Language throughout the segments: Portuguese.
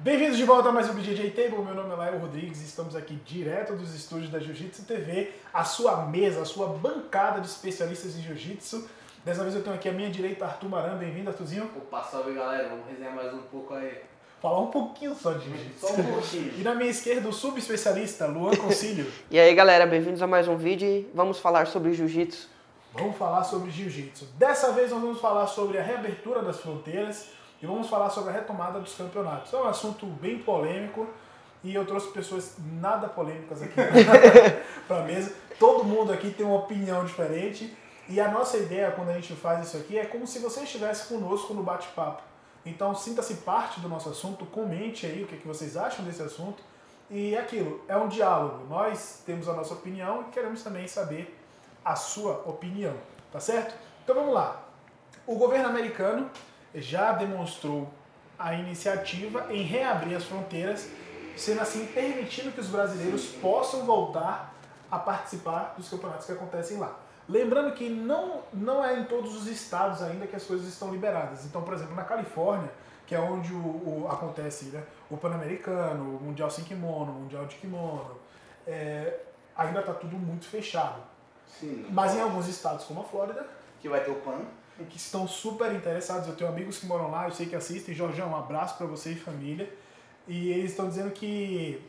Bem-vindos de volta a mais um BJJ Table. Meu nome é Laio Rodrigues e estamos aqui direto dos estúdios da Jiu-Jitsu TV, a sua mesa, a sua bancada de especialistas em Jiu-Jitsu. Dessa vez eu tenho aqui à minha direita Arthur Maran. Bem-vindo, Arthurzinho. Opa, salve galera, vamos resenhar mais um pouco aí. Falar um pouquinho só de Jiu-Jitsu. Só um pouquinho. E na minha esquerda o subespecialista Luan Concílio. E aí galera, bem-vindos a mais um vídeo e vamos falar sobre jiu-jitsu. Vamos falar sobre jiu-jitsu. Dessa vez nós vamos falar sobre a reabertura das fronteiras e vamos falar sobre a retomada dos campeonatos. É um assunto bem polêmico e eu trouxe pessoas nada polêmicas aqui para a mesa. Todo mundo aqui tem uma opinião diferente e a nossa ideia quando a gente faz isso aqui é como se você estivesse conosco no bate-papo. Então sinta-se parte do nosso assunto, comente aí o que, é que vocês acham desse assunto. E é aquilo, é um diálogo. Nós temos a nossa opinião e queremos também saber a sua opinião, tá certo? Então vamos lá. O governo americano já demonstrou a iniciativa em reabrir as fronteiras, sendo assim permitindo que os brasileiros possam voltar a participar dos campeonatos que acontecem lá. Lembrando que não, não é em todos os estados ainda que as coisas estão liberadas. Então, por exemplo, na Califórnia, que é onde o, o- acontece né, o Pan-Americano, o Mundial Sem Kimono, o Mundial de Kimono, é, ainda está tudo muito fechado. Sim. Mas em alguns estados, como a Flórida, Que vai ter o pan. que estão super interessados. Eu tenho amigos que moram lá, eu sei que assistem. Jorjão, um abraço para você e família. E eles estão dizendo que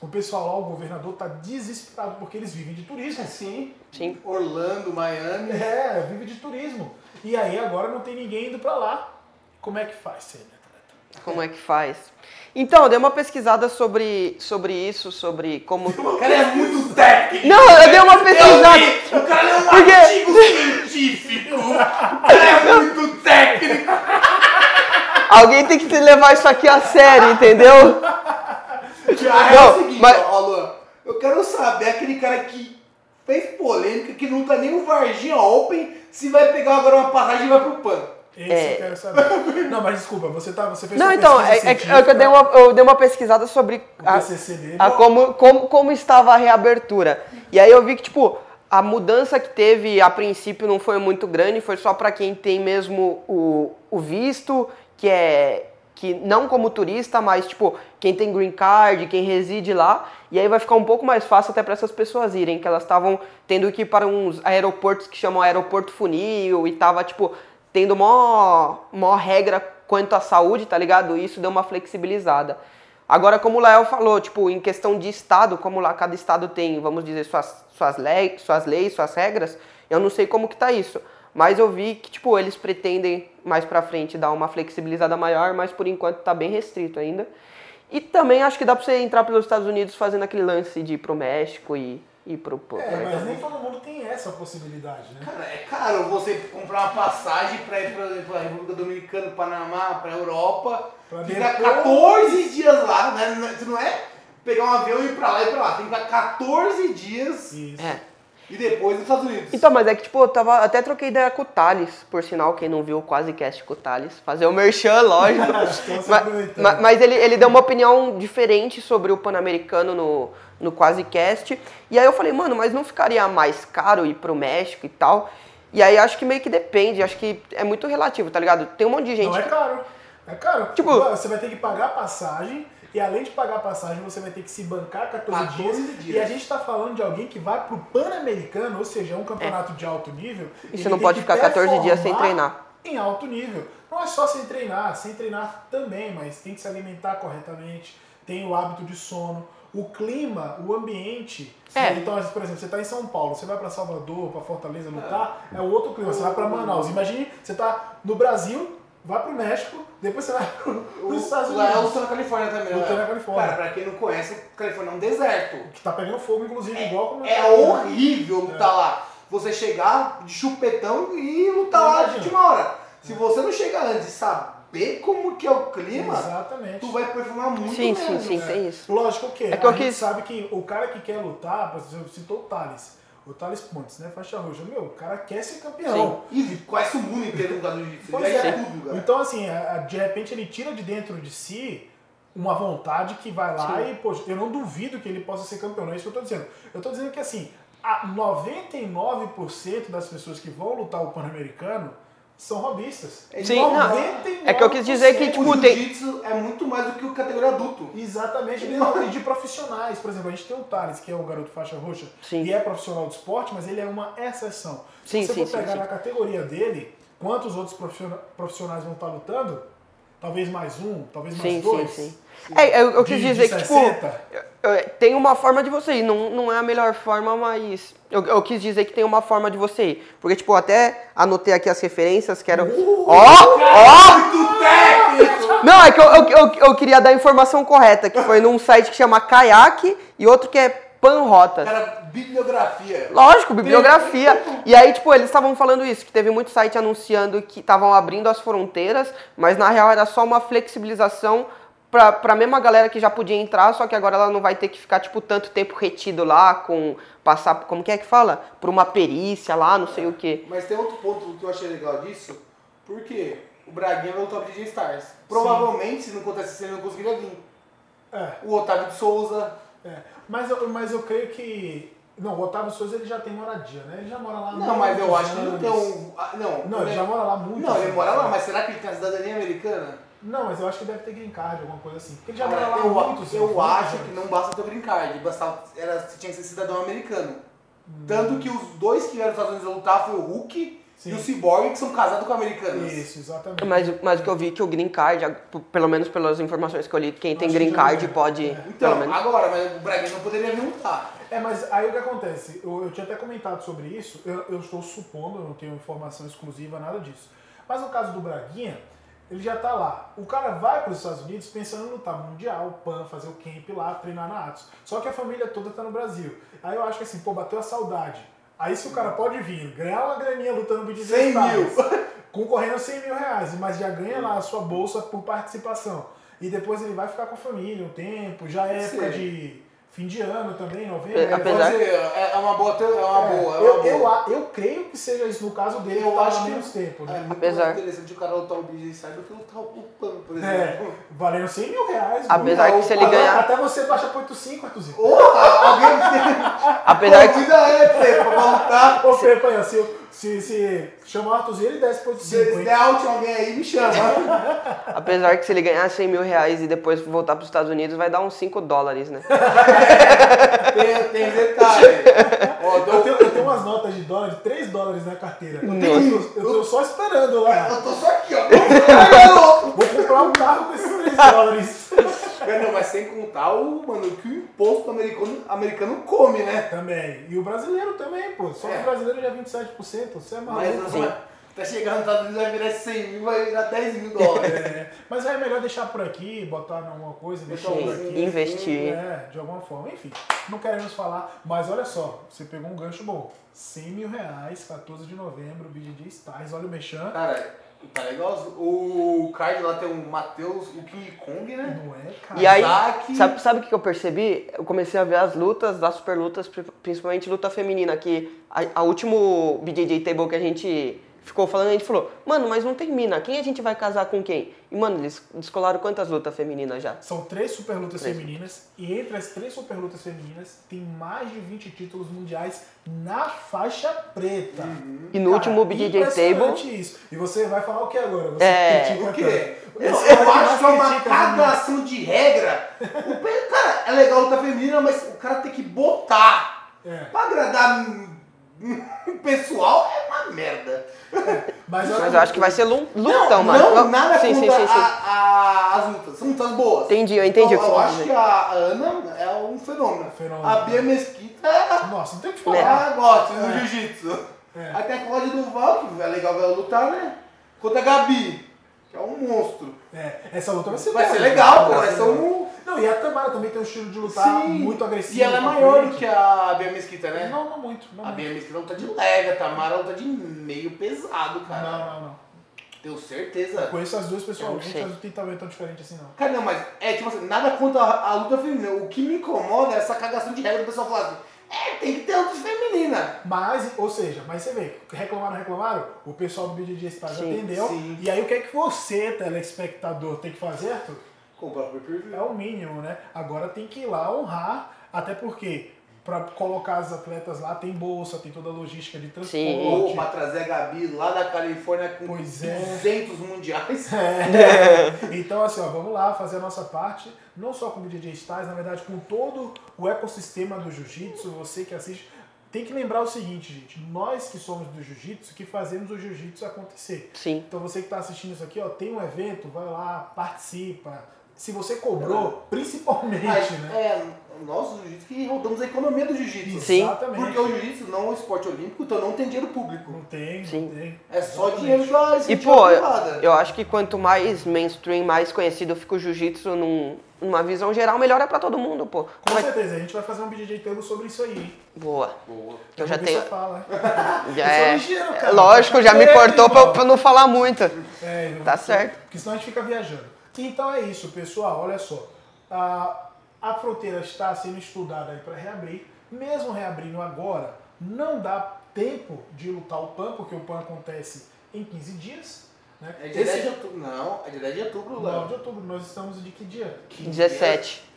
o pessoal lá, o governador, tá desesperado porque eles vivem de turismo. Sim. Sim. Orlando, Miami. É, vive de turismo. E aí agora não tem ninguém indo para lá. Como é que faz, Sênia? Como é que faz? Então, eu dei uma pesquisada sobre, sobre isso, sobre como. O cara é muito técnico. Não, eu dei uma pesquisada. vi, o cara é um Porque- artigo científico. O cara é muito técnico. Alguém tem que se levar isso aqui a sério, entendeu? Cara, é o Não, seguinte, mas- ó, ó, Luan. Eu quero saber aquele cara que fez polêmica, que nunca nem o Varginha Open, se vai pegar agora uma passagem e vai pro pan. Esse eu quero saber. Não, mas desculpa, você, tá, você fez É. Não, sua então, é, pesquisa é que é que científica, eu dei, uma, eu dei uma pesquisada sobre o a, TCC dele. a como, como, como estava a reabertura. E aí eu vi que, tipo, a mudança que teve a princípio não foi muito grande, foi só pra quem tem mesmo o, o visto, que é. Que não como turista, mas tipo, quem tem green card, quem reside lá, e aí vai ficar um pouco mais fácil até pra essas pessoas irem, que elas estavam tendo que ir para uns aeroportos que chamam aeroporto funil e tava, tipo, tendo mó, mó regra quanto à saúde, tá ligado? Isso deu uma flexibilizada. Agora, como o Léo falou, tipo, em questão de estado, como lá cada estado tem, vamos dizer, suas, suas, lei, suas leis, suas regras, eu não sei como que tá isso. Mas eu vi que, tipo, eles pretendem mais pra frente dar uma flexibilizada maior, mas por enquanto tá bem restrito ainda. E também acho que dá pra você entrar pelos Estados Unidos fazendo aquele lance de ir pro México e ir pro... pro É, mas Então, nem todo mundo tem essa possibilidade, né? Cara, é caro você comprar uma passagem pra ir pra, pra República Dominicana, Panamá, pra Europa, Pra ficar depois- 14 dias lá, né? Não é- Você não é pegar um avião e ir pra lá e ir pra lá, tem que ficar 14 dias Isso. É. e depois nos Estados Unidos. Então, mas é que, tipo, eu tava, até troquei ideia com o Thales, por sinal, quem não viu o quase cast com o Thales, fazer o merchan, lógico. Estão se Ma- aproveitando. ma- Mas, ele, ele deu uma opinião diferente sobre o Pan-Americano no, no Quasicast. E aí eu falei, mano, mas não ficaria mais caro ir pro México e tal? E aí acho que meio que depende, acho que é muito relativo, tá ligado? Tem um monte de gente. Não é que- caro. É caro. Tipo- você vai ter que pagar a passagem. E além de pagar a passagem, você vai ter que se bancar 14, 14 dias. dias. E a gente tá falando de alguém que vai pro Pan-Americano, ou seja, é um campeonato de alto nível. E ele você não tem pode que ficar 14 dias sem performar treinar. Em alto nível. Não é só sem treinar, sem treinar também, mas tem que se alimentar corretamente, tem o hábito de sono, o clima, o ambiente. É. Então, por exemplo, você tá em São Paulo, você vai para Salvador, para Fortaleza lutar, é outro clima. Você vai para Manaus. Imagine, você tá no Brasil, vai pro México, depois você vai pro, O- pros Estados lá é o Unidos. Sul na Califórnia também, Lutou na né? Califórnia. Cara, pra quem não conhece, a Califórnia é um deserto. que tá pegando fogo, inclusive, igual como É horrível É. lutar lá. Você chegar de chupetão e lutar lá de Imagina. última hora. Se você não chegar antes e saber como que é o clima, Exatamente. tu vai performar muito Sim, sim, menos. sim, né? tem isso. Lógico que é. É que eu a gente quis- sabe que o cara que quer lutar, por exemplo, citou o Thales. O Thales Pontes, né? Faixa roxa. Meu, o cara quer ser campeão. E conhece o mundo inteiro no caso do jiu-jitsu. Pois Ele é é. tudo, cara. Então, assim, a- a- de repente ele tira de dentro de si uma vontade que vai lá e, poxa, eu não duvido que ele possa ser campeão, não é isso que eu tô dizendo. Eu tô dizendo que, assim, a 99% das pessoas que vão lutar o Pan-Americano são robistas. Sim, não. É que eu quis dizer que, 99%. tipo, o tem- jiu-jitsu é muito mais do que o categoria adulto. Exatamente, e de profissionais. Por exemplo, a gente tem o Thales, que é o garoto faixa roxa, Sim. e é profissional de esporte, mas ele é uma exceção. Sim, Se você sim, for sim, pegar sim. na categoria dele, quantos outros profissiona- profissionais vão estar lutando? Talvez mais um, talvez mais Sim, dois. sim, sim. É, eu, eu quis De- de dizer que, tipo, 60? eu- eu- tem uma forma de você ir, não, não é a melhor forma, mas eu, eu quis dizer que tem uma forma de você ir. Porque, tipo, eu até anotei aqui as referências, quero... Uh! Ó, ó! É Muito técnico! Não, é que eu, eu, eu, eu queria dar a informação correta, que foi num site que chama Kayak e outro que é Panrotas. Cara, bibliografia. Lógico, bibliografia. E aí, tipo, eles estavam falando isso, que teve muito site anunciando que estavam abrindo as fronteiras, mas na real era só uma flexibilização pra, pra mesma galera que já podia entrar, só que agora ela não vai ter que ficar, tipo, tanto tempo retido lá, com passar, como que é que fala? Por uma perícia lá, não sei o quê. Mas tem outro ponto que eu achei legal disso, porque o Braguinha vai lutar pro DJ Stars. Provavelmente, se não acontecesse, ele não conseguiria vir. É, O Otávio de Souza. é. Mas, eu, mas eu creio que. Não, o Otávio Souza ele já tem moradia, né? Ele já mora lá há Não, mas eu muitos acho que não anos. tem um. ah, Não, Não, ele já mora lá muito. Não, ele mora lá, mas será que ele tem a cidadania americana? Não, mas eu acho que deve ter green card, alguma coisa assim. Porque ele já mora Cara, lá né, há eu, muitos eu anos, acho muitos que anos. não basta ter o green card, bastava, era, você tinha que ser cidadão americano. Tanto que os dois que vieram dos Estados Unidos lutar foi o Hulk e Hum. Sim. o Cyborg, que são casados com americanos. Isso, exatamente. Mas, mas o que eu vi é que o green card, a- p- pelo menos pelas informações que eu li, quem tem Acho que green já card é. pode, pelo Então, menos. agora, mas o Braguinha não poderia vir lutar. É, mas aí o que acontece? Eu, eu tinha até comentado sobre isso, eu, eu estou supondo, eu não tenho informação exclusiva, nada disso. Mas no caso do Braguinha, ele já tá lá. O cara vai para os Estados Unidos pensando em lutar mundial, PAN, fazer o camp lá, treinar na Atos. Só que a família toda tá no Brasil. Aí eu acho que assim, pô, bateu a saudade. Aí se o cara pode vir, ganhar uma graninha lutando no 100 mil. concorrendo a 100 mil reais, mas já ganha lá a sua bolsa por participação. E depois ele vai ficar com a família um tempo, já é época Sim. de fim de ano também, novembro. É, né? Pode Apesar- ser, é é uma boa, te- é uma É, boa, é eu, uma eu, boa. a- eu creio que seja isso no caso dele, Eu eu acho acho que tá que- menos tempo, É né? muito Apesar- mais interessante o cara lutar o BJ Cyber do que lutar o Pan, por É, exemplo. valendo 100 mil reais. Apesar viu? que se ele Agora, ganhar- Até você baixa ponto 5, Artuzinho. Ou alguém Apesar que, convida ele pra lutar. Ô, Pepe, aí, se, eu- se, se chamar o Artuzinho, ele desce ponto Se eles 5, hein? der out em alguém aí, me chama. apesar que se ele ganhar 100 mil reais e depois voltar pros Estados Unidos, vai dar uns 5 dólares, né? tem, tem detalhe. Ó, dou- Eu tenho, eu tenho umas notas de dólar, de 3 dólares na carteira. Eu Nossa. tenho, eu tô só esperando lá. Eu tô só aqui, ó. Não, Vou comprar um carro com esses 3 dólares. não, mas sem contar o, mano, que o imposto americano, americano come, né? Também. E o brasileiro também, pô. Só É. o brasileiro já é 27%. Você é Mas maluco. assim, tá chegando nos Estados Unidos, vai virar 100 mil, vai virar 10 mil dólares. É, mas é melhor deixar por aqui, botar em alguma coisa, deixar Sim, por aqui. investir. É, de alguma forma. Enfim, não queremos falar, mas olha só, você pegou um gancho bom. 100 mil reais, 14 de novembro, BJJ Stars, olha o Mechan. Cara, tá legal? O card lá tem o Matheus, o King Kong, né? Não é, cara? E aí, Isaac. sabe, sabe o que eu percebi? Eu comecei a ver as lutas, das super lutas, pri- principalmente luta feminina, que a, a último BJJ Table que a gente ficou falando, a gente falou, mano, mas não termina, quem a gente vai casar com quem? E, mano, eles descolaram quantas lutas femininas já? São três superlutas Três. femininas, e entre as três superlutas femininas, tem mais de 20 títulos mundiais na faixa preta. E no último BJJ impressionante Table, isso. E você vai falar o que agora? Você É, critica Por tanto. quê? Não, Esse cara eu acho mais que é uma critica as meninas. cagação de regra. O pe- cara, é legal luta feminina, mas o cara tem que botar. É. Pra agradar hum, o pessoal é uma merda. Mas, mas eu acho que vai ser lu- lutão, não, mano. não, nada Então, sim, sim, contra sim, sim. a- a- as lutas. São lutas boas. Entendi, eu entendi Eu, o que você eu quis acho dizer. que a Ana é um fenômeno. Fenômeno. A Bia Mesquita é Nossa, não tem o que falar. a gosta do É. jiu-jitsu. É. Até a Cláudia Duval, que é legal ver ela lutar, né? Contra a Gabi, que é um monstro. É, essa luta vai ser Vai boa, ser né? legal, pô. Vai Vai ser ser legal. um. Não, e a Tamara também tem um estilo de lutar muito agressivo. E ela é pra maior frente. do que a Bia Mesquita, né? Não, não muito. Não, A muito. Bia Mesquita luta de leve, a Tamara luta de meio pesado, não, cara. não, não. Tenho certeza. Conheço as duas Eu pessoalmente, não sei. mas não tem tamanho tão diferente assim, não. Cara, não, mas é tipo assim, nada contra a, a luta feminina. O que me incomoda é essa cagação de regra do pessoal falar assim, é, tem que ter luta feminina. Mas, ou seja, mas você vê, reclamaram, reclamaram, o pessoal do BJJ Stars Sim, atendeu. sim. E aí o que é que você, telespectador, tem que fazer, Arthur? Comprar o pay per É o mínimo, né? Agora tem que ir lá honrar, até porque para colocar os atletas lá, tem bolsa, tem toda a logística de Sim. transporte. Ou pra trazer a Gabi lá da Califórnia com é Pois é. 200 mundiais. É. Então, assim, ó, vamos lá fazer a nossa parte, não só com o DJ Styles, na verdade, com todo o ecossistema do jiu-jitsu, você que assiste. Tem que lembrar o seguinte, gente, nós que somos do jiu-jitsu, que fazemos o jiu-jitsu acontecer. Sim. Então você que está assistindo isso aqui, ó, tem um evento, vai lá, participa. Se você cobrou, principalmente, Mas, né? é, nós do jiu-jitsu que rodamos a economia do jiu-jitsu. Sim. Exatamente. Porque o jiu-jitsu não é um esporte olímpico, então não tem dinheiro público. Não tem, Sim. não tem. É só Exatamente. dinheiro da E, iniciativa pô, privada. eu acho que quanto mais mainstream, mais conhecido fica o jiu-jitsu num- numa visão geral, melhor é pra todo mundo, pô. Com Mas- certeza, a gente vai fazer um BJJ pelo sobre isso aí, hein? Boa. Boa. Eu já Vamos ver tenho. se Fala. já Eu sou é- ligeiro, é cara. Lógico, já me É, cortou pra, irmão. eu- pra eu não falar muito. É, Tá porque- certo. Porque senão a gente fica viajando. Então é isso, pessoal. Olha só. A, a fronteira está sendo estudada para reabrir. Mesmo reabrindo agora, não dá tempo de lutar o PAN, porque o PAN acontece em 15 dias. Né? É dia 10 de Esse outubro. Não, é dia 10 de outubro, 9 de Léo. outubro, nós estamos de que dia? 17.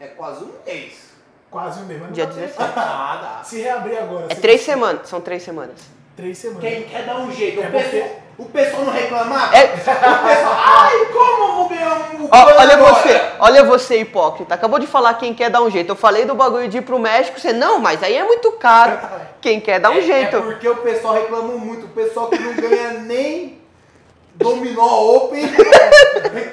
É quase um mês. Quase um mês. mas não Dia Ah, dá tempo. 17. Nada. Se reabrir agora. É se- três semanas. São três semanas. Três semanas. Quem quer dar um jeito? É o, pessoal, o pessoal não reclamava? É- O pessoal, ai, como eu vou ganhar um Ó, pano olha agora?" você, olha você hipócrita. Acabou de falar quem quer dar um jeito. Eu falei do bagulho de ir pro México, você não, mas aí é muito caro. Quem quer dar um É- jeito. É porque o pessoal reclamou muito. O pessoal que não ganha nem dominó open.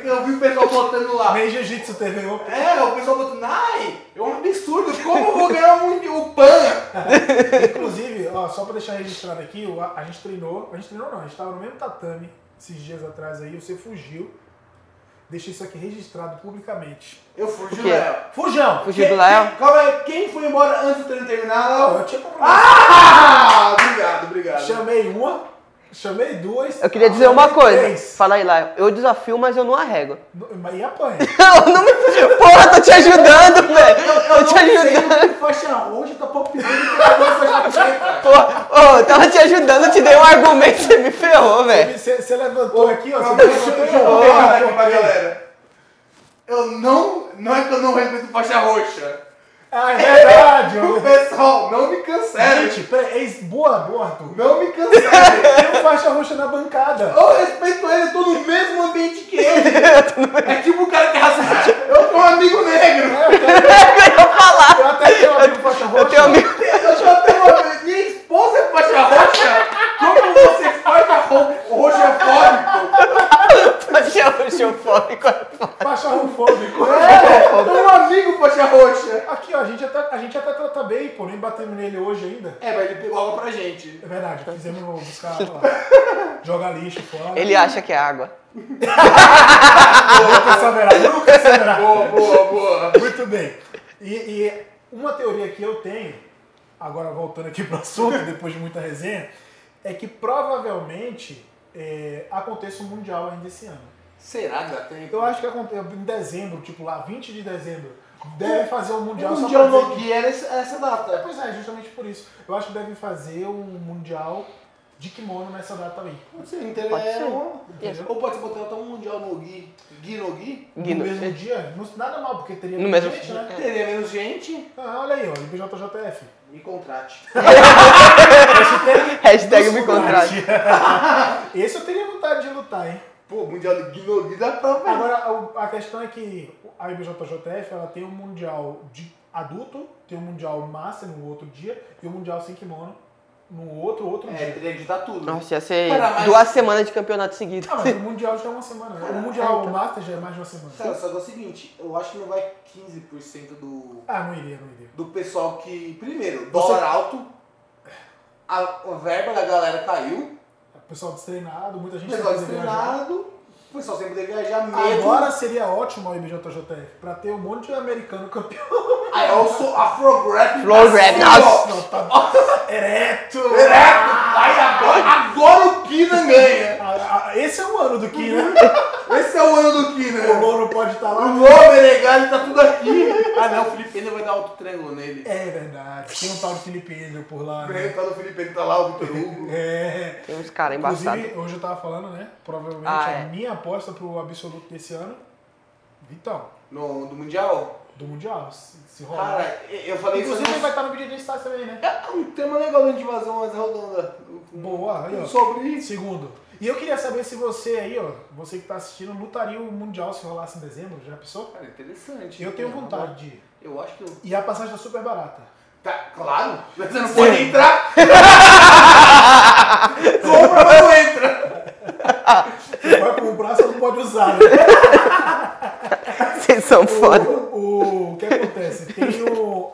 Eu vi o pessoal botando lá. Nem Jiu-Jitsu TV Open. É, o pessoal botando, ai, é um absurdo, como eu vou ganhar um, o PAN? Inclusive, ó, só pra deixar registrado aqui, o- a, a gente treinou. A gente treinou não, a gente tava no mesmo tatame esses dias atrás aí, você fugiu. Deixa isso aqui registrado publicamente. Eu fugi O do quê? Léo. Fujão! Fugiu Quem- do Léo? quem- Calma aí, quem foi embora antes do treino terminar, Ó, Léo? Eu tinha comprado. Ah, obrigado, obrigado. Chamei uma, chamei duas. Eu queria dizer uma chamei coisa. Ah, é três. Fala aí lá, eu desafio, mas eu não arrego. No- Mas e apanha. Não, não me. Porra, tô te ajudando, velho. Eu, eu Tô não te ajudando. sei o que faixa roxa tá palpitando que faixa preta. Porra, Ô, eu tava te ajudando, te dei um argumento, você me ferrou, velho. Você você levantou aqui, ó. Calma Você aí, deixa eu- deixa eu levantou um colocar aqui pra galera. Eu não, não é que eu não respeito faixa roxa. Ah, é verdade. O ó. pessoal, não me cancele. Gente, peraí, é isso- boa, boa, Arthur. Não me cancele. Tem um faixa roxa na bancada. Eu respeito ele, eu tô no mesmo ambiente que ele. é tipo o cara que é racista. Eu sou um amigo negro. É, Eu até tenho um amigo faixa roxa. Eu tenho amigo. Eu já tenho uma... Minha esposa é faixa roxa. Como você é faixa ro- roxofóbico? Xenofóbico. Faixa rufóbico. É, eu tenho um amigo faixa roxa. Aqui, ó, a gente, até, a gente até trata bem, pô, nem batemos nele hoje ainda. É, mas ele pegou água pra gente. É verdade, fizemos no- buscar lá, jogar lixo fora. Ele acha que é água. Lucas Samerá, Lucas Samerá. Boa, boa, boa. Muito bem. E, e uma teoria que eu tenho, agora voltando aqui para o assunto, depois de muita resenha, é que provavelmente é, aconteça o Mundial ainda esse ano. Será que dá tempo? Eu acho que acontece em dezembro, tipo lá, 20 de dezembro, deve fazer o Mundial. o só Um Mundial pra dizer- Nogueira era essa essa data. Pois é, justamente por isso. Eu acho que deve fazer um Mundial de kimono nessa data aí. Pode ser, entendeu? Pode ser. Yes. Ou pode ser botar até um Mundial no Gui. Gui no Gui? No Guino. mesmo dia? Não- nada mal, porque teria No muita mesmo gente, dia, né? Teria menos gente. Ah, olha aí, ó, IBJJF. Me contrate. Hashtag me contrate. é Esse eu teria vontade de lutar, hein? Pô, Mundial do Gui no Gui dá pra fazer. Agora, o- a questão é que a IBJJF ela tem um mundial de adulto, tem um mundial master no outro dia e um mundial sem kimono no outro, outro É, dia. teria que editar tudo. Nossa, ia ser Cara, mas- duas semanas de campeonato seguido. Ah, mas o mundial já é uma semana. né? O mundial master já é mais de uma Cara, Tá. semana. só que é o seguinte, eu acho que não vai 15% do, Ah, não iria, não iria. do pessoal que. Primeiro, dólar Você- alto, a, a verba da galera caiu, O pessoal destreinado, muita o gente pessoal sem poder viajar. destinado, o pessoal sempre poder viajar mesmo. Agora seria ótimo a IBJJF pra ter um monte de americano campeão. Aí eu sou Assim, Afrograp. Afrograp, nossa. Não, tá ereto! Aí agora, agora o Kina ganha! Ah, ah, Esse é o ano do Kina. Esse é o ano do O Kina! Loro pode estar O lá. nome legal, ele tá tudo aqui! Ah não, o Felipe ainda vai dar outro triângulo nele. É verdade. Tem um tal de Felipe Andrew por lá. O Né? do Felipe ele tá lá, o Vitor Hugo. É. Tem uns caras embaçados. Inclusive, hoje eu tava falando, né? Provavelmente Ah, a é. minha aposta pro absoluto desse ano, Vitão. No, do Mundial? do Mundial, se, se rolar. Cara, eu falei Inclusive ele isso. Inclusive, vai estar no BJJ Stars também, né? é um tema legal da gente fazer umas redondas. Boa, aí, ó. Sobre isso. Segundo. E eu queria saber se você aí, ó, você que tá assistindo, lutaria o Mundial se rolasse em dezembro, já pensou? Cara, interessante. Eu tenho vontade de ir. Eu acho que eu. E a passagem tá super barata. Tá, claro. Mas Você não pode entrar. Compra, mas não entra. Você vai comprar, você não pode usar, né? Vocês são foda. O, o que acontece? Tem o.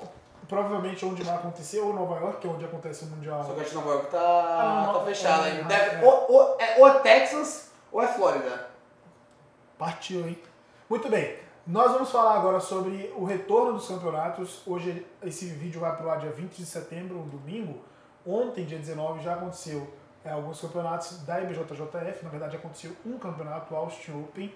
Provavelmente onde vai acontecer, ou Nova York, que é onde acontece o Mundial. Só que a gente Nova York Ah, tá, não, tá não, fechada é, ainda. é. Deve, ou, ou, é, ou é Texas ou é Flórida. Partiu, hein? Muito bem. Nós vamos falar agora sobre o retorno dos campeonatos. Hoje esse vídeo vai pro ar dia 20 de setembro, um domingo. Ontem, dia 19, já aconteceu é, alguns campeonatos da IBJJF. Na verdade, aconteceu um campeonato, o Austin Open.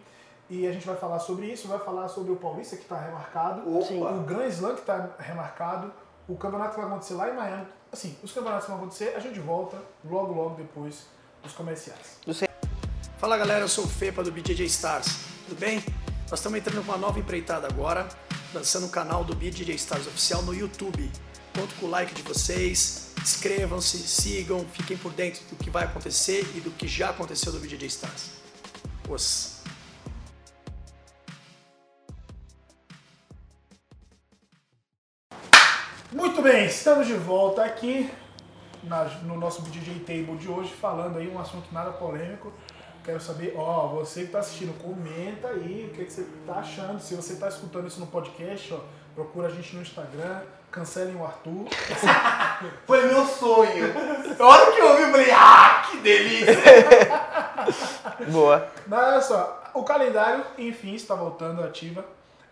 E a gente vai falar sobre isso, vai falar sobre o Paulista que está remarcado. Opa. Sim. O Grand Slam que está remarcado, o campeonato que vai acontecer lá em Miami. Assim, os campeonatos que vão acontecer, a gente volta logo, logo depois dos comerciais. Fala galera, eu sou o Fepa do BJJ Stars, tudo bem? Nós estamos entrando com uma nova empreitada agora, lançando o canal do BJJ Stars Oficial no YouTube. Conto com o like de vocês, inscrevam-se, sigam, fiquem por dentro do que vai acontecer e do que já aconteceu do BJJ Stars. Os. Muito bem, estamos de volta aqui na- no nosso BJJ Table de hoje, falando aí um assunto nada polêmico. Quero saber, ó, você que está assistindo, comenta aí o que, que você está achando. Se você está escutando isso no podcast, ó, procura a gente no Instagram, cancelem o Arthur. Foi meu sonho. Na hora que eu ouvi, eu falei, ah, que delícia. Boa. Mas olha só, o calendário, enfim, está voltando ativa.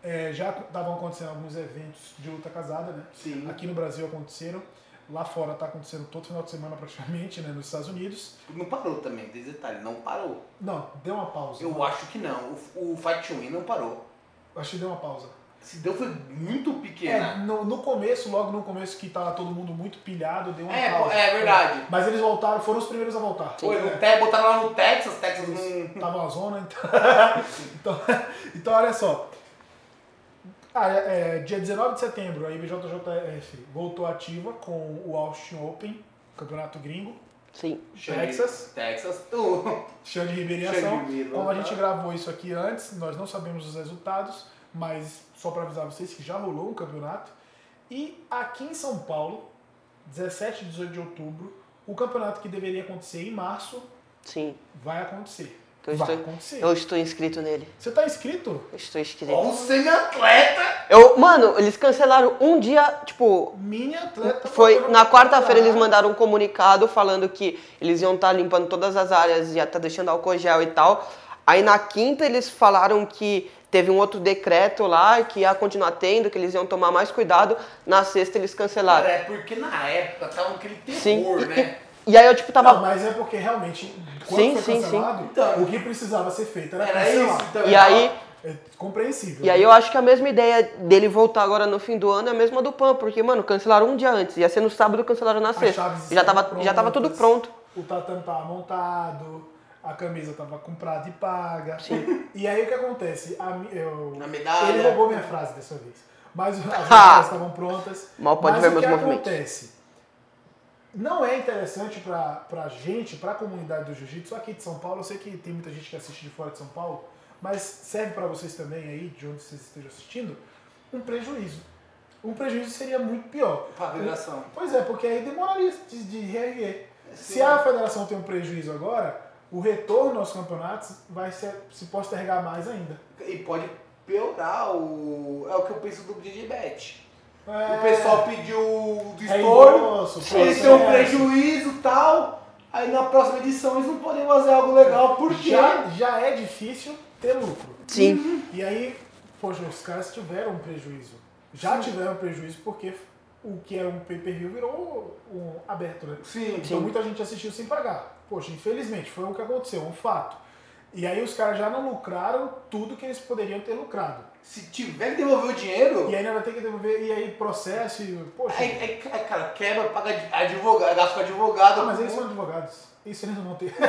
É, já estavam acontecendo alguns eventos de luta casada, né? Sim. Aqui no Brasil aconteceram, lá fora está acontecendo todo final de semana praticamente, né? Nos Estados Unidos. Não parou também, tem esse detalhe, não parou. Não, deu uma pausa. Eu acho que não. O, o Fight Win não parou. Acho que deu uma pausa. Se deu foi muito É, pequena. no, no começo, logo no começo, que tava todo mundo muito pilhado, deu uma É, pausa. é verdade. Mas eles voltaram, foram os primeiros a voltar. É, né? Foi, no te, botaram lá no Texas, Texas não. Tava uma zona, então... então... então, olha só. Ah, é, é, dia 19 de setembro, a IBJJF voltou ativa com o Austin Open, campeonato gringo, Sim. Texas, Texas. Uh, Xande Ribeiro em ação. Xande Ribeiro, Como a gente tá. gravou isso aqui antes, nós não sabemos os resultados, mas só para avisar vocês que já rolou um campeonato. E aqui em São Paulo, 17 e 18 de outubro, o campeonato que deveria acontecer em março Sim. vai acontecer. Então eu vai estou- acontecer. Eu estou inscrito nele. Você tá inscrito? Eu estou inscrito. ó, um semi-atleta. Eu, mano, eles cancelaram um dia, tipo, Minha atleta. Foi voltou na pra quarta-feira eles campeonato. mandaram um comunicado falando que eles iam estar limpando todas as áreas, ia estar deixando álcool gel e tal. Aí na quinta eles falaram que teve um outro decreto lá que ia continuar tendo, que eles iam tomar mais cuidado. Na sexta eles cancelaram. É porque na época tava aquele terror, Sim. e- né? E, e aí eu tipo tava Não, mas é porque realmente, quando Sim, foi sim, sim. cancelado, Então- o que precisava ser feito era, Era cancelar. isso então. também. assim, e aí É compreensível. e aí né? eu acho que a mesma ideia dele voltar agora no fim do ano é a mesma do Pan, porque mano, cancelaram um dia antes, ia ser no sábado, cancelaram na sexta. chaves Já estavam tava já tava tudo prontas, pronto. O tatame tava montado, a camisa tava comprada e paga. E aí o que acontece? A, mi- eu, Na medalha. Ele roubou minha frase dessa vez. Mas as medalhas estavam prontas. Mal pode mas ver o meus que movimentos. acontece? Não é interessante pra, pra gente, pra comunidade do jiu-jitsu aqui de São Paulo. Eu sei que tem muita gente que assiste de fora de São Paulo, mas serve pra vocês também aí, de onde vocês estejam assistindo, um prejuízo. Um prejuízo seria muito pior. Pra federação. Pois é, porque aí demoraria de, de reerguer. Se sim. a federação tem um prejuízo agora, o retorno aos campeonatos vai ser, se postergar mais ainda. E pode piorar o. É o que eu penso do DJ Bet. É, O pessoal pediu o do estouro, reembolso, eles têm um processo. prejuízo e tal. Aí na próxima edição eles não podem fazer algo legal, porque Já, já é difícil ter lucro. Sim. E aí, poxa, os caras tiveram um prejuízo. Já tiveram prejuízo porque o que era um pay-per-view virou um aberto, né? Sim. Então muita gente assistiu sem pagar. Poxa, infelizmente, foi o que aconteceu, um fato. E aí os caras já não lucraram tudo que eles poderiam ter lucrado. Se tiver que devolver o dinheiro, E ainda vai ter que devolver, e aí processo, e poxa. aí, aí, cara, quebra, paga ad- advogado, gasta com advogado. Ah, mas eles são né? advogados. Isso eles não vão ter. né?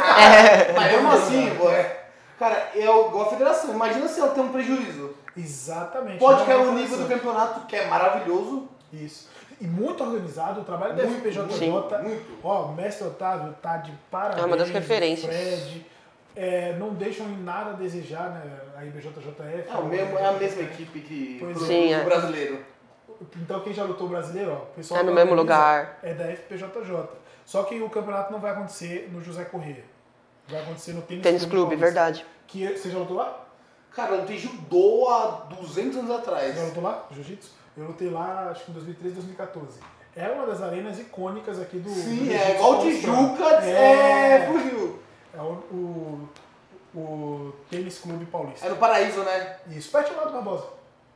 é Mas mesmo assim, pô, é- cara, é o igual a federação. Imagina se ela tem um prejuízo. Exatamente. Pode Não é cair o uma nível do competição. campeonato, que é maravilhoso. Isso. E muito organizado, o trabalho da Muito, FPJ. muito. Ó, o mestre Otávio tá de parabéns. É uma das referências. o Fred. É, não deixam em nada a desejar, né? A IBJJF. É, o mesmo, é a mesma equipe que Pois pro- sim, pro é. brasileiro. Então quem já lutou brasileiro, ó, o pessoal É no da mesmo organiza- lugar. É da FPJJ. Só que o campeonato não vai acontecer no José Corrêa. Vai acontecer no Tênis, Tênis Clube, Paulista. verdade. Que é, você já lutou lá? Cara, eu lutei judô há 200 anos atrás. Você já lutou lá? Jiu-jitsu? Eu lutei lá, acho que em 2013, 2014. É uma das arenas icônicas aqui do. Sim, do é igual jiu-jitsu Tijuca paulistano. é... é pro Rio. É o, o, o Tênis Clube Paulista. É no Paraíso, né? Isso, perto lá do Barbosa.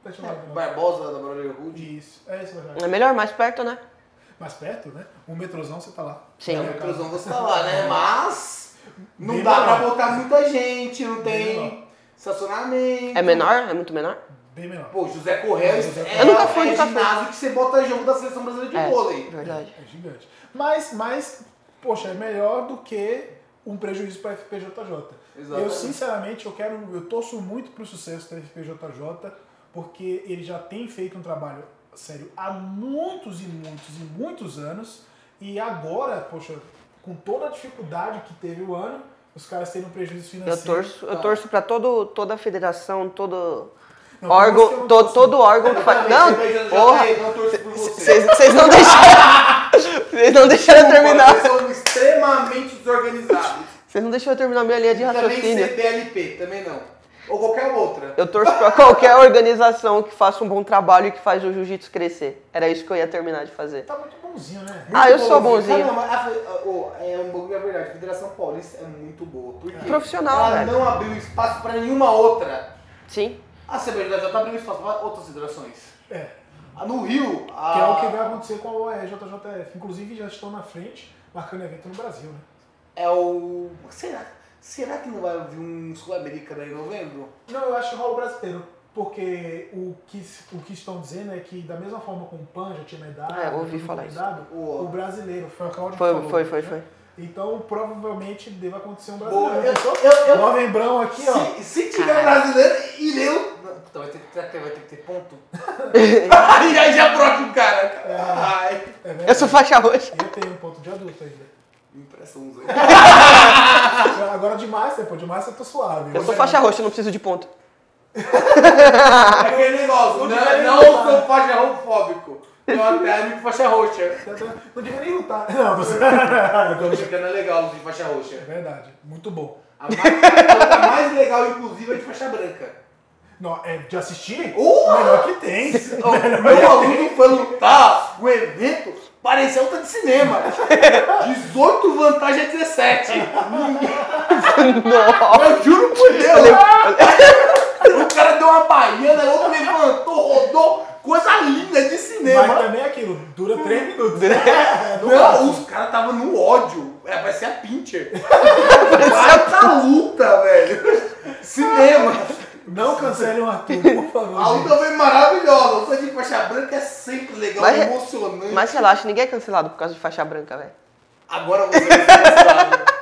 Perto lá do Barbosa. Barbosa, da Brotherhood. Isso, é isso, verdade. É melhor, mais perto, né? Mais perto, né? Um metrozão você tá lá. Sim. É, inclusão você tá lá, né? Mas não Bem dá pra menor. botar muita gente, não Bem tem estacionamento. É menor? É muito menor? Bem menor. Pô, José Correia José é, Correia. Eu nunca fui, é nunca fui. ginásio que você bota jogo da seleção brasileira de É, vôlei. verdade. É gigante. Mas, mas, poxa, é melhor do que um prejuízo para a FPJJ. Exatamente. Eu, sinceramente, eu quero, eu torço muito para o sucesso da FPJJ, porque ele já tem feito um trabalho sério há muitos e muitos e muitos anos, e agora, poxa, com toda a dificuldade que teve o ano, os caras tendo um prejuízo financeiro. Eu torço, eu torço pra todo, toda a federação, todo Não, por isso que eu órgão, não to- torço. todo órgão que faz. Não, Também, porra, eu não torço por você. vocês vocês não deixaram. Vocês não deixaram eu terminar. Vocês são extremamente desorganizados. Vocês não deixaram eu terminar minha linha de Também raciocínio. CBLP, também não. Ou qualquer outra. Eu torço pra qualquer organização que faça um bom trabalho e que faz o jiu-jitsu crescer. Era isso que eu ia terminar de fazer. Tá muito bonzinho, né? Ah, eu sou bonzinho. Cara, não, mas a fe- a- o- é um bagulho, na verdade, a Federação Paulista é muito boa. Porque Profissional, ela velho. não abriu espaço pra nenhuma outra. Sim. A CBJ tá abrindo espaço pra outras federações. É. Ah, No Rio, a... Que é Ah. o que vai acontecer com a OEJJF. Inclusive, já estão na frente, marcando evento no Brasil, né? é o... Será, será que não vai vir um Sul-Americano aí em novembro? Não, eu acho que rola o brasileiro. Porque o que, o que estão dizendo é que, da mesma forma como o Pan já tinha medalha, Ah, eu ouvi tinha falar isso. medalhado, Pô. o brasileiro, foi a Cláudia que Foi, falou, foi, foi, né? foi. Então, provavelmente, deve acontecer um Pô, brasileiro. eu, eu, eu, Novembrão aqui, ó. Se, se tiver brasileiro, irei. eu- Não, Puta, vai ter, será que vai ter que ter ponto? e aí já broca o cara. Ai. É Eu verdade. sou faixa roxa. Eu tenho um ponto de adulto ainda. Impressão zero. Ah. Agora de massa, pô, de massa eu tô suave. Eu sou faixa roxa, eu não preciso de ponto. É aquele negócio. Não, não sou faixa homofóbico. Eu até é amigo faixa roxa. Não devia nem lutar. Não, você... É Tô brincando, é legal de faixa roxa. verdade, muito bom. A mais, a mais legal, inclusive, é de faixa branca. Não, é de assistir? Uh! O melhor que tem. O meu aluno foi lutar o evento, parecia luta de cinema. é 18 vantagens a 17. Eu juro por Deus. O cara deu uma baiana, o outro levantou, rodou. Coisa linda de Mas cinema. também é aquilo, dura três minutos. Não, os caras estavam no ódio. É, vai ser a pincher. Vai pra luta, velho. Cinema. Não cancele o Arthur, por A favor. gente. luta foi maravilhosa. A luta de faixa branca é sempre legal, Mas- é- emocionante. Mas relaxa, ninguém é cancelado por causa de faixa branca, velho. Agora você vai ser cancelado.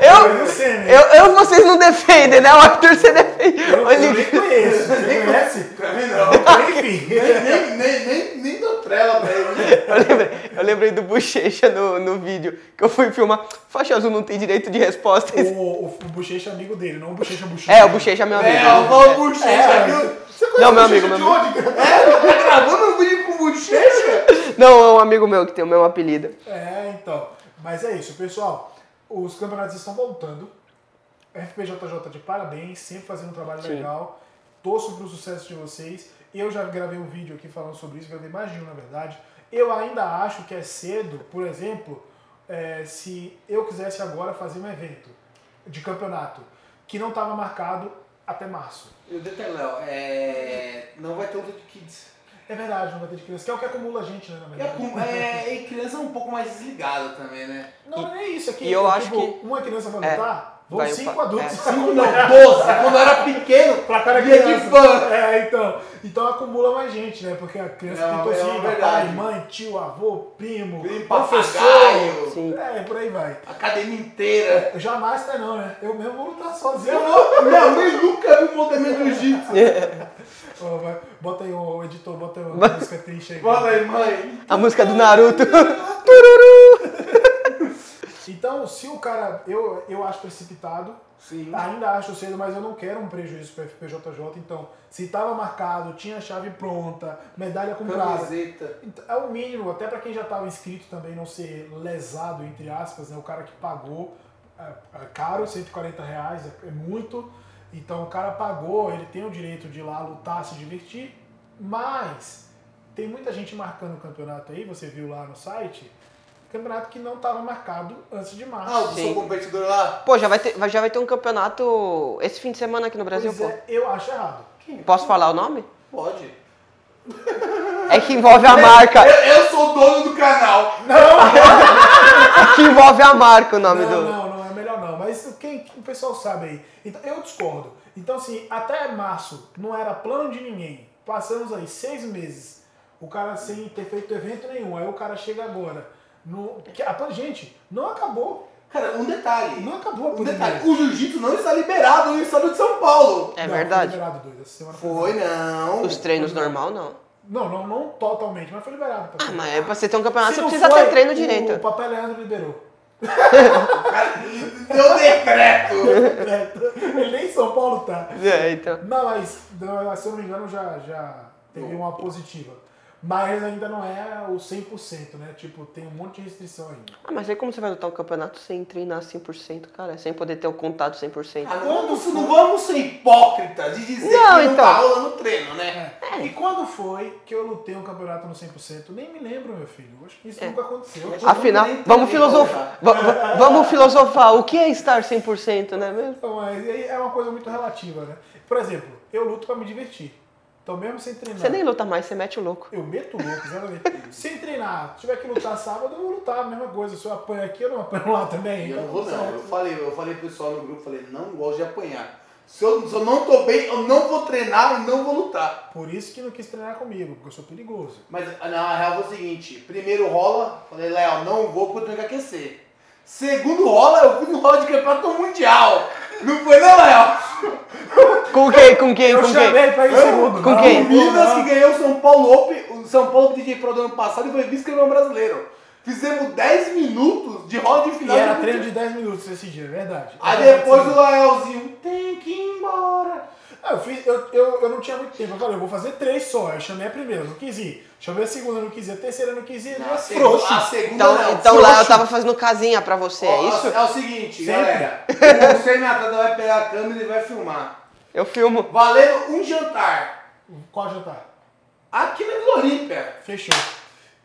Eu não Eu, sei, né? eu, eu, vocês não defendem, né? O Arthur você defende. Eu, eu Olha, nem conheço. Você conhece? Pra mim não. Enfim. Nem, nem, nem, nem dou trela pra ele. né? Eu lembrei, eu lembrei do Bochecha no, no vídeo que eu fui filmar. Faixa azul não tem direito de resposta. O, o, o Bochecha é amigo dele, não o Bochecha Bochecha. É, o Bochecha é meu amigo. É, o Paulo Bochecha, viu? Você Não, meu o amigo, Bochecha meu de onde, cara? É, tá gravando um vídeo com bochecha? Não, é um amigo meu que tem o mesmo apelido. É, então. Mas é isso, pessoal. Os campeonatos estão voltando. FPJJ de parabéns, sempre fazendo um trabalho Sim. legal. Torço pro sucesso de vocês. Eu já gravei um vídeo aqui falando sobre isso, gravei mais de um, na verdade. Eu ainda acho que é cedo, por exemplo, é, se eu quisesse agora fazer um evento de campeonato que não estava marcado até março. E o detalhe, Léo, é... não vai ter luta de kids. É verdade, não vai ter de criança, que é o que acumula a gente, né, na E, a, verdade. cu- é, e criança é um pouco mais desligada também, né? Não, não é isso aqui. e eu acho Uma criança vai É. lutar, Vão Ganhou cinco pa- adultos. é, Cinco não, doze. Quando eu era pequeno, Pra cada ia criança. de fã. É, então. Então acumula mais gente, né? Porque a criança É, tem é torcida, pai, verdade. mãe, tio, avô, primo, Primo, papagaio. professor. Sim. É, por aí vai. Academia inteira. Jamais tá não, né? Eu mesmo vou lutar Eu sozinho. né? não, minha mãe nunca viu o montamento do jiu-jitsu. Ó, vai, bota aí, o editor, bota aí uma música triste aí. Fala aí, mãe. A música do Naruto. Tururu. Então, se o cara. Eu, eu acho precipitado. Sim. Ainda acho cedo, mas eu não quero um prejuízo para FPJJ. Então, se tava marcado, tinha a chave pronta, medalha comprada, Camiseta. Então, É o mínimo, até para quem já estava inscrito também não ser lesado, entre aspas, né? O cara que pagou é, é caro, 140 reais, é, é muito. Então o cara pagou, ele tem o direito de ir lá lutar, se divertir, mas tem muita gente marcando o campeonato aí, você viu lá no site, campeonato que não estava marcado antes de março. Ah, o seu Sim. competidor lá. Pô, já vai, ter, vai- já vai ter um campeonato esse fim de semana aqui no Brasil, pois pô. é, eu acho errado. Posso falar o nome? Pode. É que envolve a marca. Eu, eu sou o dono do canal. É que envolve a marca o nome Não, do. não, não, é melhor não. Mas quem, quem- o pessoal sabe aí. Então, eu discordo. Então, assim, até março não era plano de ninguém. Passamos aí seis meses, o cara sem ter feito evento nenhum. Aí o cara chega agora. No, que, ah, pô, gente, não acabou. Cara, um detalhe. Não acabou a Um pandemia. detalhe. O jiu-jitsu não está liberado no estado de São Paulo. É Não, verdade. Foi liberado dois, essa semana foi Foi, não. Os treinos normal, não. Não, não, não totalmente, mas foi liberado. Tá? Ah, mas é pra você ter um campeonato, Se você não precisa foi, ter treino o- O direito. Papai Leandro liberou. Cara, Deu decreto. É, Ele nem em São Paulo tá. É, então. Não, mas não, se eu não me engano já, já teve uma positiva. Mas ainda não é o 100%, né? Tipo, tem um monte de restrição ainda. Ah, mas aí como você vai lutar um campeonato sem treinar 100%, cara? Sem poder ter o contato 100%? Ah, Não, não vamos ser hipócritas de dizer Não, que não então. tá rolando treino, né? E quando foi que eu lutei um campeonato no 100%? Nem me lembro, meu filho. Eu Acho que isso É. nunca aconteceu. Afinal, nem vamos treinar, filosofar. va- va- Vamos filosofar. O que é estar 100%, né mesmo? Então, mas aí é uma coisa muito relativa, né? Por exemplo, eu luto pra me divertir. Então, mesmo sem treinar. Você nem luta mais, você mete o louco. Eu meto o louco, exatamente. sem treinar. Se tiver que lutar sábado, eu vou lutar. a Mesma coisa. Se eu apanho aqui, eu não apanho lá também. E Eu não vou não. Certo. Eu falei, eu falei pro pessoal no grupo, falei, não gosto de apanhar. Se eu, se eu não tô bem, eu não vou treinar e não vou lutar. Por isso que não quis treinar comigo, porque eu sou perigoso. Mas ah, na real foi o seguinte, primeiro rola, falei, Léo, não vou porque eu tenho que aquecer. Segundo rola, eu fui no rola de campeonato mundial. Não foi não, Léo? Com quem? Com quem? Eu Com quem? chamei pra ir segundo. Com não, quem? não O vou, Minas não. que ganhou o São Paulo Open, o São Paulo DJ Pro do ano passado e foi vice-campeão brasileiro. Fizemos 10 minutos de rola de E final era de treino de 10 minutos esse dia, é verdade. Aí Era depois assim. o Léozinho, tem que ir embora. Ah, eu, fiz, eu, eu, eu não tinha muito tempo. Eu falei, eu vou fazer três só. Eu chamei a primeira, eu não quis ir. Chamei a segunda, eu não quis ir. A terceira, eu não quis ir. A Não, segunda, frouxo. a segunda Então, não. então lá eu tava fazendo casinha pra você, é Ó, isso? É o seguinte, Sempre. galera. O semi-atleta vai pegar a câmera e vai filmar. Eu filmo. Valendo um jantar. Qual jantar? Aqui na Vila Olímpia. Fechou.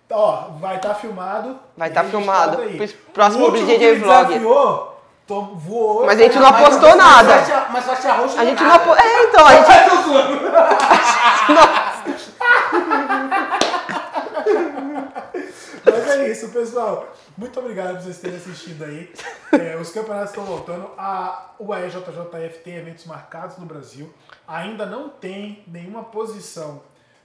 Tá, Ó, vai estar filmado. Vai tá Registrado filmado. aí. Pro próximo O último BJJ que me vlog. Desafiou, tô, voou. Mas a gente não Mas- apostou mas nada. faixa- Mas faixa roxa A gente não nada. apo... É, então, a gente. Ai, tô zoando. Mas é isso, pessoal. Muito obrigado por vocês terem assistido aí. É, os campeonatos estão voltando. A UAEJJF tem eventos marcados no Brasil. Ainda não tem nenhuma posição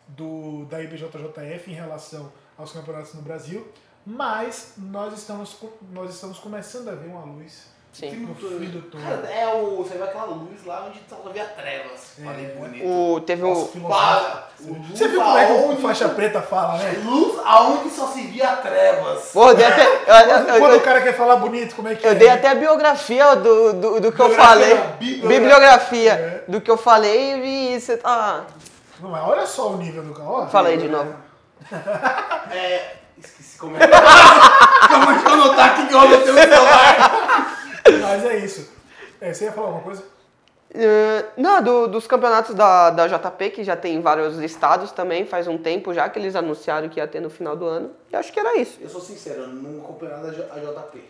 do, da IBJJF em relação aos campeonatos no Brasil. Mas nós estamos, co- nós estamos começando a ver uma luz Sim. no fim do túnel. Cara, é o. Você vai aquela luz lá onde só vê a trevas. É. Falei bonito. O, teve um Nossa, o. filosófico. Para. Você viu como é que Aonde- o faixa preta fala, né? É Luz aonde só se via trevas. Pô, eu dei até. Eu, eu- eu- Quando o cara quer falar bonito, como é que eu é? dei até a biografia do, do, do que eu Biografia falei. não, é. bibliografia. Bibliografia do que eu falei e você tá. Não, mas olha só o nível do cara. Ó, Fala aí de novo. É. Esqueci como é que Calma, deixa eu anotar aqui que eu anotei o celular. Mas é isso. É, você ia falar alguma coisa? Eh, não, do- dos campeonatos da, da JP, que já tem em vários estados também, faz um tempo já que eles anunciaram que ia ter no final do ano. E acho que era isso. Eu sou sincero, eu não acompanho nada da J- a JP.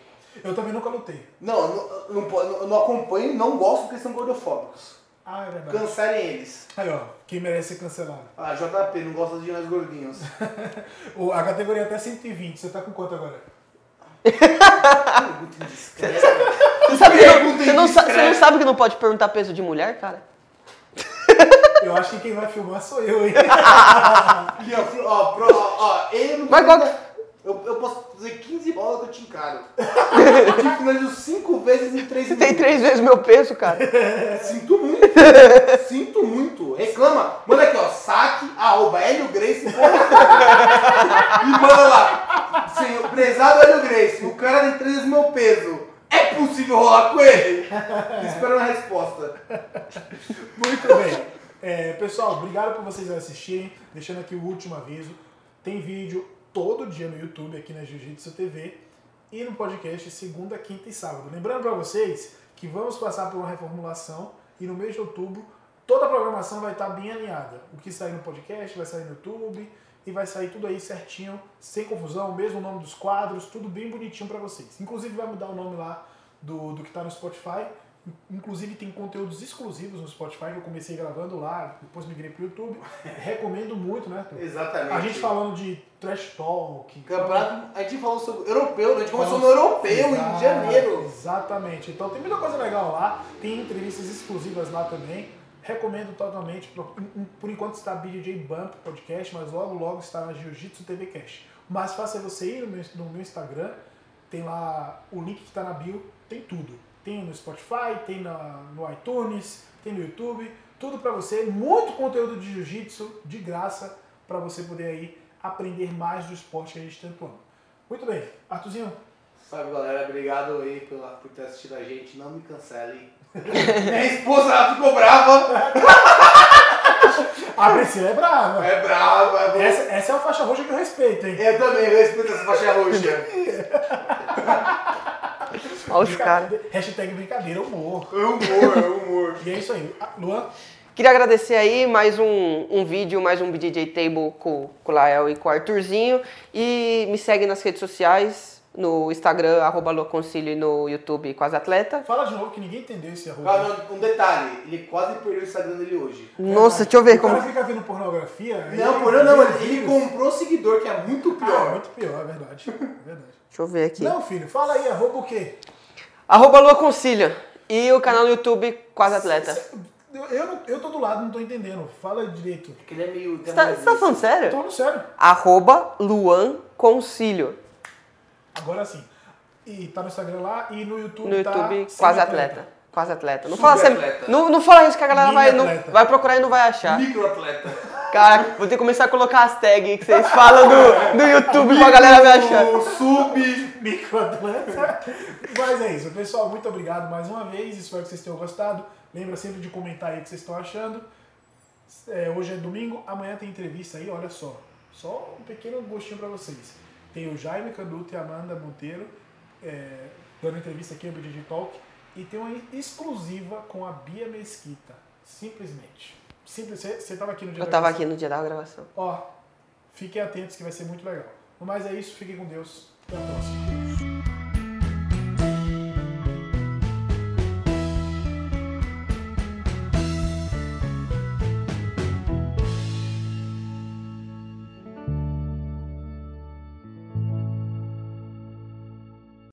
Eu também nunca lutei. Não, eu não, eu não po- eu não acompanho, não gosto porque são gordofóbicos. Ah, é Tá. verdade. Cancelem eles. Aí, ó, quem merece ser cancelado. Ah, JP, não gosta de nós gordinhos. O- A categoria é até 120, você tá com quanto agora? Pergunta indiscreta. Você, sabe que não, Pergunta você, não, sa- você indiscreta. não sabe que não pode perguntar peso de mulher, cara? Eu acho que quem vai filmar sou eu, hein? E a Flo- ó, pro- ó, ó, ele não Mas qual que- eu, eu posso fazer 15 bolas que eu te encaro. Eu te finalizo 5 vezes em 3 Você tem três vezes meu peso, cara. Sinto muito. Sinto muito. Reclama. Manda aqui, ó. Saque, arroba Hélio Grace. ponto com. E manda lá. Senhor, prezado Hélio Grace, o cara tem três vezes meu peso. É possível rolar com ele? Esperando a resposta. Muito bem. É, pessoal, obrigado por vocês assistirem. Deixando aqui o último aviso. Tem vídeo todo dia no YouTube, aqui na Jiu-Jitsu TV. E no podcast, segunda, quinta e sábado. Lembrando para vocês que vamos passar por uma reformulação. E no mês de outubro, toda a programação vai estar bem alinhada. O que sair no podcast, vai sair no YouTube. E vai sair tudo aí certinho, sem confusão. Mesmo o nome dos quadros, tudo bem bonitinho para vocês. Inclusive vai mudar o nome lá do, do que tá no Spotify. Inclusive tem conteúdos exclusivos no Spotify que eu comecei gravando lá, depois migrei pro YouTube. Recomendo muito, né? Arthur? Exatamente. A gente falando de trash talk. Campeonato, a gente falou sobre europeu, né? a gente começou no Falamos- europeu em Exato, janeiro. Exatamente. Então tem muita coisa legal lá, tem entrevistas exclusivas lá também. Recomendo totalmente. Por, por enquanto está BJJ Bump Podcast, mas logo logo está na Jiu-Jitsu TV Cast. Mas faça é você ir no meu, no meu Instagram, tem lá o link que está na bio, tem tudo. Tem no Spotify, tem na- no iTunes, tem no YouTube, tudo para você. Muito conteúdo de Jiu-Jitsu de graça para você poder aí aprender mais do esporte que a gente tanto ama. Muito bem, Artuzinho, Sabe, galera, obrigado aí pela, por ter assistido a gente. Não me cancelem. Minha esposa ela ficou brava. A Priscila é brava. É brava. É brava. Essa, essa é uma faixa roxa que eu respeito, hein? Eu também, eu respeito essa faixa roxa. Olha os caras. Hashtag brincadeira, humor. É humor, é humor. E é isso aí. Ah, Luan, Queria agradecer aí mais um, um vídeo, mais um BJJ Table com, com o Lael e com o Arthurzinho. E me segue nas redes sociais, no Instagram, arroba Loconcilio e no YouTube Quase Atleta. fala de novo que ninguém entendeu esse arroba. Mas um detalhe, ele quase perdeu o Instagram dele hoje. Nossa, deixa eu ver O cara como... fica vendo pornografia. Não, ele- por não, ele, ele vídeos. comprou seguidor, que é muito Ah, é pior. muito pior, é verdade. É verdade. Deixa eu ver aqui. Não, filho, fala aí, arroba o quê? Arroba Loconcilio e o canal no YouTube Quase Atleta. Eu, eu, não- eu tô do lado, não tô entendendo. Fala direito. Porque ele é meio. Você tá, você tá falando Eu sério? tô no sério. Arroba Luan Concílio. Agora sim. E tá no Instagram lá e no YouTube no tá YouTube Sem Quase Atleta. Quase Atleta. Não Super fala, sempre- atleta. não, não fala isso que a galera Mini vai, não- atleta. vai procurar e não vai achar. Microatleta. Cara, vou ter que começar a colocar as tags que vocês falam no, no YouTube pra galera me achar. O sub. Microatleta. Mas é isso, pessoal. Muito obrigado mais uma vez. Espero que vocês tenham gostado. Lembra sempre de comentar aí o que vocês estão achando. É, hoje é domingo, amanhã tem entrevista aí, olha só. Só um pequeno gostinho pra vocês. Tem o Jaime Canduto e a Amanda Monteiro é, dando entrevista aqui no BDG Talk. E tem uma exclusiva com a Bia Mesquita. Simplesmente. Simples, você, você tava aqui no dia Eu da tava gravação. aqui no dia da gravação. Ó, fiquem atentos que vai ser muito legal. No mais é isso, fiquem com Deus. Até a próxima.